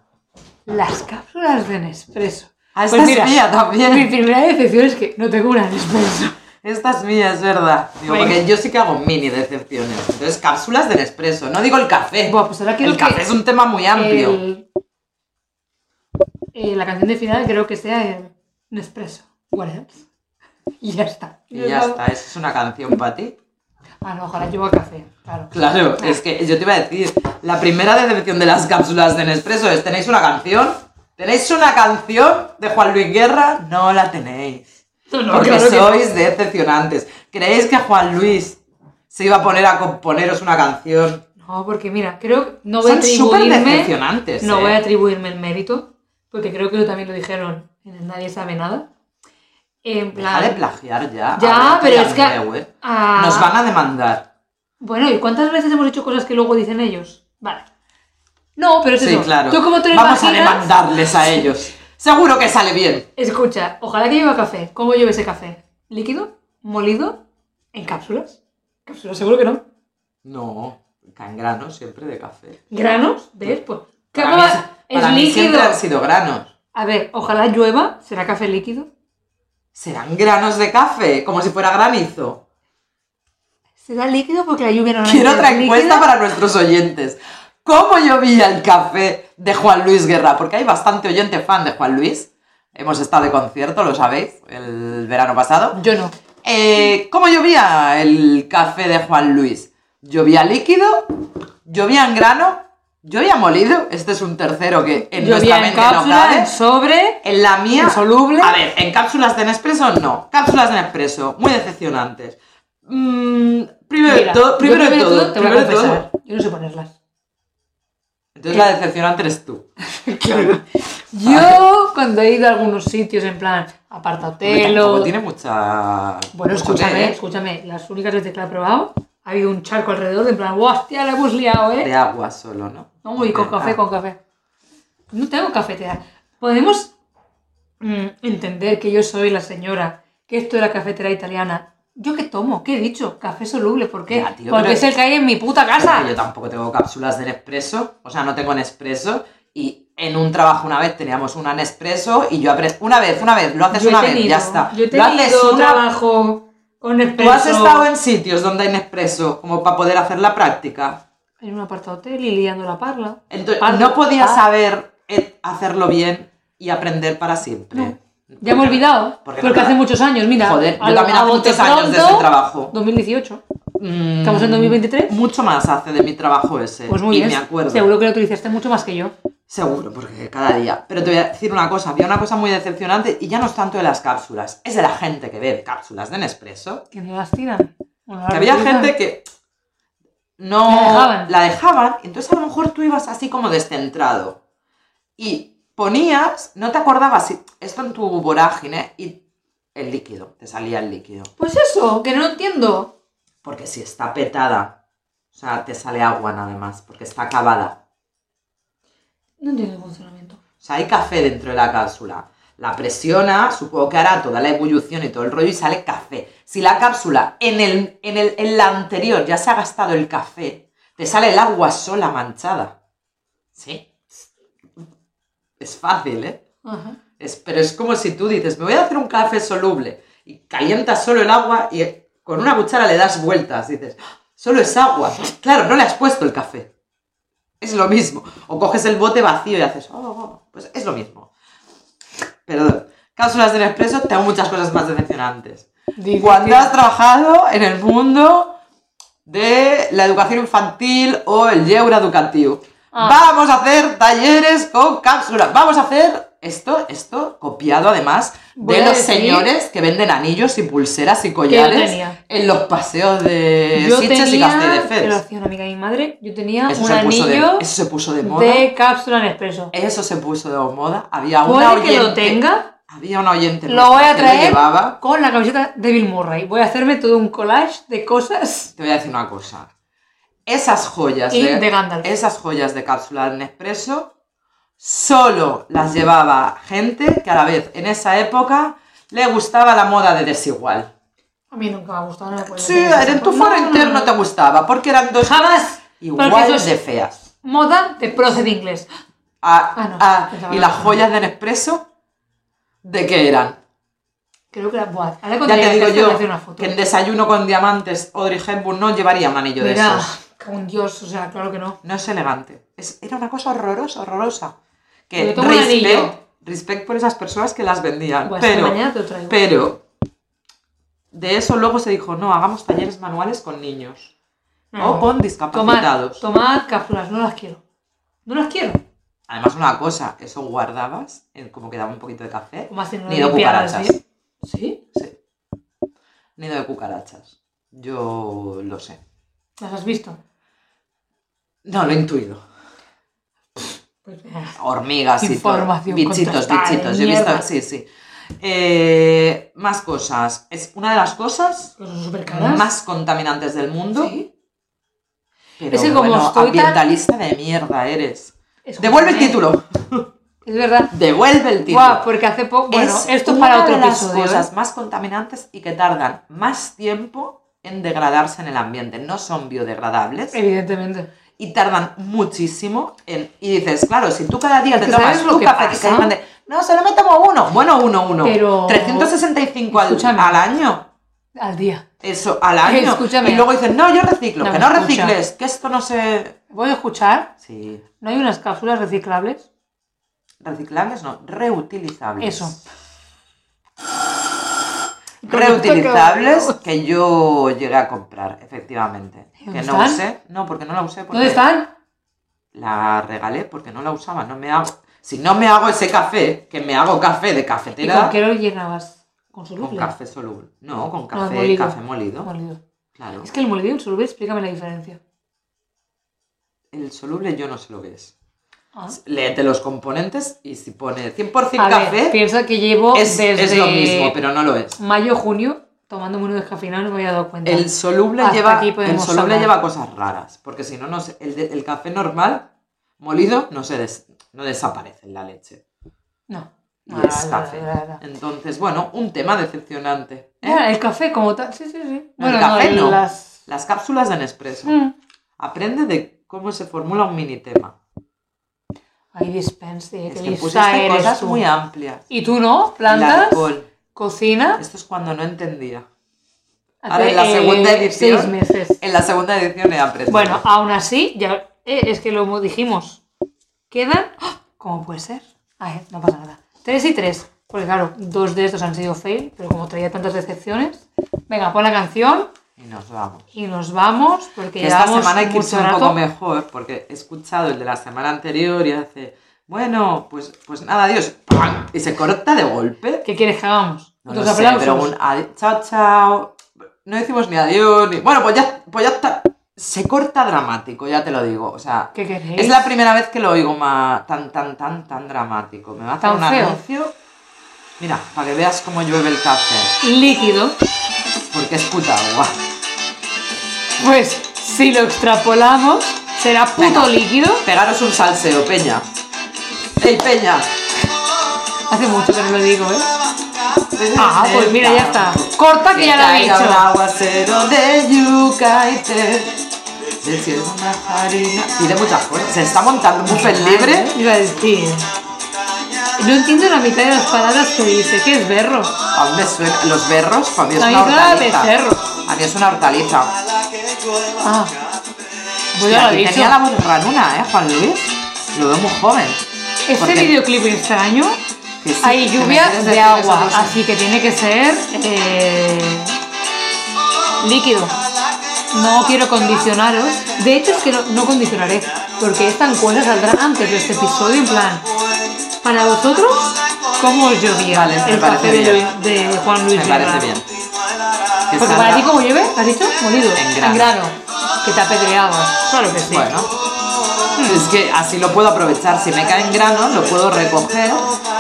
B: Las cápsulas de Nespresso.
A: Ah,
B: Pues
A: esta
B: mira,
A: es mía
B: Mi
A: también.
B: primera decepción es que no tengo una Nespresso.
A: Esta es mía, es verdad. Digo,
B: Venga.
A: porque yo sí que hago mini decepciones. Entonces, cápsulas del expreso. No digo el café.
B: Buah, pues ahora quiero
A: el
B: que.
A: café es un tema muy amplio.
B: el- eh, la canción de final creo que sea el Nespresso. What else? Y ya está.
A: Y ya está, ¿eso es una canción para ti. Ah.
B: Ah, no, ojalá llevo café, claro.
A: Claro, es que yo te iba a decir, la primera decepción de las cápsulas de Nespresso es, ¿tenéis una canción? ¿Tenéis una canción de Juan Luis Guerra? No la tenéis. porque
B: claro que
A: sois decepcionantes. ¿Creéis que Juan Luis se iba a poner a componeros una canción?
B: No, porque mira, creo que no voy a
A: Son súper
B: atribuirme.
A: decepcionantes.
B: No
A: eh.
B: voy a atribuirme el mérito, porque creo que también lo dijeron en el Nadie sabe nada. En plan.
A: Deja de plagiar ya.
B: Ya,
A: a Berta y
B: pero
A: a
B: es que.
A: Neue.
B: ah,
A: Nos van a demandar.
B: Bueno, ¿y cuántas veces hemos hecho cosas que luego dicen ellos? Vale. No, pero es
A: Sí,
B: eso.
A: claro.
B: Tú como te lo
A: Vamos a
B: imaginas-
A: demandarles a ellos. Seguro que sale bien.
B: Escucha, ojalá que lleve café. ¿Cómo lleve ese café? ¿Líquido? ¿Molido? ¿En cápsulas? Cápsulas, seguro que no.
A: No, cangrano siempre de café.
B: ¿Granos? ¿Ves? Pues. ¿Qué
A: Para mí,
B: acaba-
A: para
B: Es
A: mí
B: líquido.
A: siempre han sido granos.
B: A ver, ojalá llueva. ¿Será café líquido?
A: Serán granos de café, como si fuera granizo.
B: ¿Será líquido porque la lluvia no
A: Quiero otra encuesta para nuestros oyentes. ¿Cómo llovía el café de Juan Luis Guerra? Porque hay bastante oyente fan de Juan Luis. Hemos estado de concierto, lo sabéis, el verano pasado.
B: Yo no.
A: Eh, ¿Cómo llovía el café de Juan Luis? ¿Llovía líquido? ¿Llovía en grano? ¿Llovía molido? Este es un tercero que en nuestra
B: Llovía en
A: mente
B: cápsula,
A: no cabe.
B: en sobre.
A: En la mía.
B: Insoluble.
A: A ver, en cápsulas de Nespresso no. Cápsulas de Nespresso, muy decepcionantes. Mm, primero de
B: Mira,
A: todo,
B: yo
A: primero de todo,
B: te voy a
A: primero de todo.
B: confesar. Yo no sé ponerlas.
A: Entonces la decepcionante eres tú.
B: Claro. Yo, cuando he ido a algunos sitios, en plan,
A: Porque tampoco
B: apartatelo.
A: tiene mucha.
B: Bueno,
A: mucho
B: escúchame,
A: que, ¿eh?
B: escúchame. Las únicas veces que la he probado, ha habido un charco alrededor, de en plan, "Buah, hostia, la hemos liado, ¿eh?
A: De agua solo, ¿no?
B: No, y con café,
A: Ah,
B: con café. No tengo cafetera. Podemos mm, entender que yo soy la señora, que esto es la cafetera italiana. ¿Yo qué tomo? ¿Qué he dicho? Café soluble, ¿por qué?
A: Ya, tío,
B: Porque
A: pero-
B: es el que hay en mi puta
A: que
B: casa.
A: Yo tampoco tengo cápsulas de Nespresso, o sea, no tengo Nespresso. Y en un trabajo una vez teníamos una Nespresso y yo apre- una vez, una vez, lo haces
B: Yo he
A: una vez,
B: tenido-
A: ya está.
B: Yo he
A: lo haces
B: tenido
A: una
B: trabajo con
A: ¿Tú has
B: Nespresso
A: estado en sitios donde hay Nespresso como para poder hacer la práctica?
B: en un apartado hotel y liando la parla.
A: Entonces,
B: Parla.
A: no podías
B: Ah.
A: saber eh, hacerlo bien y aprender para siempre.
B: Ya me he olvidado,
A: Porque
B: porque,
A: no-
B: hace muchos años, mira.
A: Joder,
B: a-
A: yo también
B: a
A: hace
B: bote
A: muchos años de ese
B: pronto,
A: trabajo.
B: 2018.
A: Mm,
B: ¿Estamos en 2023?
A: Mucho más hace de mi trabajo ese.
B: Pues muy
A: y
B: bien.
A: me acuerdo.
B: Seguro que lo utilizaste mucho más que yo.
A: Seguro, porque cada día. Pero te voy a decir una cosa, había una cosa muy decepcionante y ya no es tanto de las cápsulas, es de la gente que bebe cápsulas de Nespresso.
B: Que no las tiran. O no
A: Que
B: las
A: había
B: utilizan.
A: gente que no
B: Ah, La dejaban.
A: la dejaban, entonces a lo mejor tú ibas así como descentrado y ponías, no te acordabas si- esto en tu vorágine y el líquido, te salía el líquido,
B: Pues eso, que no entiendo.
A: porque si está petada, o sea, te sale agua nada más, porque está acabada.
B: No entiendo el funcionamiento.
A: O sea, hay café dentro de la cápsula. La presiona, supongo que hará toda la ebullición y todo el rollo y sale café. Si la cápsula en, el, en, el, en la anterior ya se ha gastado el café, te sale el agua sola manchada. Sí. Es fácil, ¿eh?
B: Ajá.
A: Es- pero es como si tú dices, me voy a hacer un café soluble y calientas solo el agua y con una cuchara le das vueltas. Dices, "Ah, solo es agua. Claro, no le has puesto el café. Es lo mismo. O coges el bote vacío y haces, "Oh, oh, oh". pues es lo mismo. Perdón. Cápsulas del expreso, tengo muchas cosas más decepcionantes. Cuando has trabajado en el mundo de la educación infantil o el yeura educativo.
B: Ah.
A: Vamos a hacer talleres con cápsulas. Vamos a hacer Esto, esto, copiado además
B: Voy
A: de
B: a
A: los
B: decir-
A: señores que venden anillos y pulseras y
B: yo
A: collares
B: tenía.
A: en los paseos de
B: Yo
A: Sitges y
B: tenía, que lo
A: Castelldefels.
B: hacía una amiga de mi madre, yo tenía
A: Eso,
B: un
A: se puso de-
B: anillo
A: eso se puso de moda.
B: de cápsula en expreso.
A: Eso se puso de moda. Había una
B: Puede
A: oyente.
B: que lo tenga
A: Había una oyente.
B: Lo voy a
A: que
B: traer.
A: llevaba.
B: con la camiseta de Bill Murray. Voy a hacerme todo un collage de cosas
A: Te voy a decir una cosa. Esas joyas
B: y
A: de,
B: de Gandalf.
A: esas joyas de cápsula Nespresso solo las llevaba gente que a la vez en esa época le gustaba la moda de desigual.
B: A mí nunca me ha gustado. No me puedo
A: Sí,
B: decir eso.
A: en tu foro
B: No, no,
A: interno
B: no.
A: te gustaba porque eran dos
B: Jamás. Porque eso
A: iguales
B: es-
A: de feas.
B: Moda de proced inglés.
A: Ah,
B: Ah, no,
A: ah,
B: pensaba
A: y
B: que
A: las
B: no.
A: joyas de Nespresso, ¿de qué eran?
B: Creo que era. Buah, ahora
A: Ya
B: cuando
A: te
B: llegue
A: digo
B: a casa voy a
A: yo
B: hacer una foto.
A: que en desayuno con diamantes Audrey Hepburn no llevaría un anillo de
B: Mira,
A: esos.
B: como un dios, o sea, claro que no.
A: No es elegante. Es- era una cosa horrorosa, horrorosa. Que
B: Pero tengo un
A: respect,
B: anillo.
A: respect por esas personas que las vendían.
B: Buah, es que
A: pero,
B: mañana te lo traigo.
A: pero de eso luego se dijo, no, hagamos talleres manuales con niños. O
B: No.
A: con
B: Tomad,
A: discapacitados.
B: tomad cápsulas, no las quiero. No las quiero.
A: Además, una cosa, eso guardabas, eh, como quedaba un poquito de café,
B: Como hacen
A: Ni de
B: Olimpiadas,
A: cucarachas.
B: ¿eh? ¿Sí?
A: nido de cucarachas. Yo lo sé.
B: ¿Las has visto?
A: No, lo he intuido.
B: Pues, eh,
A: hormigas y todo.
B: Información
A: bichitos,
B: contrastada de
A: bichitos. Yo he visto,
B: mierda.
A: sí, sí. Eh, más cosas. Es una de las cosas
B: pues son súper caras.
A: más contaminantes del mundo.
B: Sí.
A: Pero
B: Es que como
A: bueno,
B: estoy tan-
A: ambientalista de mierda eres.
B: Es
A: Devuelve el
B: horrible.
A: título.
B: Es verdad.
A: Devuelve el título.
B: Guau, porque hace poco. Bueno,
A: Es
B: esto es para
A: una
B: otro
A: de las
B: episodio. ¿eh?
A: cosas más contaminantes y que tardan más tiempo en degradarse en el ambiente. No son biodegradables
B: Evidentemente.
A: y tardan muchísimo en, y dices, claro, si tú cada día
B: Es
A: te
B: que
A: tomas
B: ¿sabes lo
A: tu
B: que
A: café
B: pasa?
A: que hay gente, no, solo me tomo uno, bueno, uno, uno,
B: Pero-
A: 365 al,
B: Escúchame.
A: al año,
B: Al día.
A: eso, al año,
B: Escúchame.
A: y luego dices, no, yo reciclo,
B: No
A: que
B: me
A: no
B: escucha.
A: recicles, que esto no se...
B: Voy a escuchar.
A: Sí,
B: ¿No hay unas cápsulas reciclables?
A: reciclables no, reutilizables.
B: Eso.
A: Reutilizables que yo llegué a comprar, efectivamente.
B: ¿Dónde
A: Que no
B: están?
A: usé, no, porque no la usé. Porque
B: ¿Dónde están?
A: la regalé porque no la usaba, no me hago. Si no me hago ese café, que me hago café de
B: ¿Y
A: cafetera.
B: con qué lo llenabas? Con
A: Con
B: soluble.
A: café soluble. No, con
B: No,
A: café,
B: molido.
A: café molido.
B: Molido.
A: Claro.
B: Es que el molido y el soluble, explícame la diferencia.
A: El soluble yo no sé lo que es.
B: Ah.
A: Léete los componentes y si pone 100%
B: A ver,
A: café,
B: piensa que llevo
A: es,
B: desde
A: es lo mismo, pero no lo es.
B: mayo, junio, tomando un descafeinado, no me había dado cuenta.
A: El soluble,
B: Hasta
A: lleva,
B: aquí
A: el
B: podemos
A: soluble
B: hablar.
A: lleva cosas raras, porque si no, no se- el, de- el café normal, molido, no, se des- no desaparece en la leche.
B: No.
A: Y
B: Ah,
A: es
B: la,
A: café. ¿Eh?
B: la, la, la.
A: Entonces, bueno, un tema decepcionante. ¿eh?
B: Ya, el café como tal. Sí, sí, sí.
A: el café no.
B: Las...
A: Las cápsulas de Nespresso.
B: Mm.
A: Aprende de cómo se formula un mini tema.
B: Ay, dispense, eh,
A: Es
B: que
A: que
B: lista
A: pusiste
B: eres
A: cosas
B: tú.
A: muy amplias.
B: ¿Y tú no?
A: El
B: ¿Plantas?
A: alcohol.
B: ¿Cocina?
A: Esto es cuando no entendía.
B: Hace,
A: Ahora en la
B: eh,
A: segunda edición.
B: Seis meses.
A: En la segunda edición he aprendido.
B: Bueno, aún así, ya eh, es que lo dijimos. Quedan. ¡Ah! ¿Cómo puede ser? Ay, no pasa nada. Tres y tres. Porque claro, dos de estos han sido fail, pero como traía tantas decepciones. Venga, pon la canción
A: y nos vamos.
B: y nos vamos. Porque
A: Que esta
B: llevamos
A: semana hay que irse
B: mucho
A: un
B: rato.
A: poco mejor, porque he escuchado el de la semana anterior y hace, bueno, pues, pues nada, adiós. ¡Pam! Y se corta de golpe.
B: ¿Qué quieres que hagamos?
A: No
B: Otros
A: lo sé,
B: aplausos.
A: pero un adi- chao, chao. No decimos ni adiós, ni... Bueno, pues ya, pues ya está. Se corta dramático, ya te lo digo. O sea,
B: ¿Qué queréis?
A: Es la primera vez que lo oigo ma- tan, tan, tan, tan dramático. Me va a hacer
B: Tan
A: un
B: feo.
A: anuncio. Mira, para que veas cómo llueve el café.
B: Líquido.
A: Porque es puta agua.
B: Pues si lo extrapolamos, será puto
A: Venga.
B: líquido.
A: Pegaros un salseo, Peña. ¡Ey, Peña!
B: Hace mucho que no lo digo, ¿eh?
A: Ven
B: Ah,
A: cerca.
B: pues mira, ya está. Corta que ya lo he
A: caiga un
B: dicho.
A: aguacero de yuca y té. Del cielo una harina. Pide muchas cosas. Se está montando un buffet libre.
B: ¿Eh? Iba a decir. No entiendo la mitad de las palabras que dice. ¿Qué es berro?
A: A mí me suena- Los berros, para mí es
B: A mí
A: una
B: suena a
A: hortaliza.
B: becerro.
A: A mí es una hortaliza.
B: Ah. Pues
A: Hostia,
B: ya lo he
A: aquí
B: dicho.
A: tenía la voz ranuna, ¿eh, Juan Luis? Lo veo muy joven.
B: Este
A: porque-
B: videoclip extraño
A: Que sí,
B: hay
A: que me
B: lluvia
A: quieres
B: de
A: decir eso, pues.
B: agua,
A: no sé.
B: así que tiene que ser eh, líquido. No quiero condicionaros. De hecho, es que no, no condicionaré, porque esta encuesta saldrá antes de este episodio, en plan, Para vosotros, ¿cómo os llovía
A: Vale, me
B: el
A: parece
B: café de,
A: bien.
B: de Juan Luis
A: Me
B: Guerra?
A: parece bien. Que
B: Porque
A: salga-
B: para ti, ¿cómo llueve? ¿Has dicho? Molido.
A: En grano.
B: Que te apedreabas. Claro que sí.
A: Bueno. Es que así lo puedo aprovechar. Si me caen granos, lo puedo recoger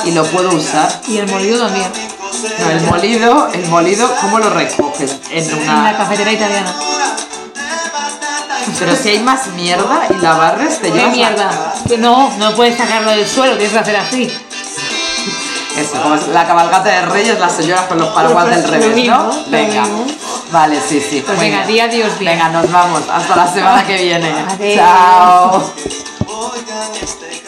A: y lo puedo usar.
B: Y el molido también.
A: No, el molido, el molido, ¿cómo lo recoges? En
B: En la
A: una.
B: cafetera italiana.
A: Pero si hay más mierda y la barres, te
B: ¡Qué
A: llevas. la-
B: mierda! Que no, no puedes sacarlo del suelo, tienes que hacer así. Pues
A: Eso, como es la cabalgata de Reyes, las señoras con los paraguas del
B: Lo
A: revés,
B: mismo,
A: ¿no?
B: lo
A: Venga.
B: mismo.
A: Vale, sí, sí.
B: Pues
A: muy
B: venga,
A: bien.
B: día Dios día.
A: Venga, nos vamos. Hasta la semana que viene.
B: Adiós.
A: Chao.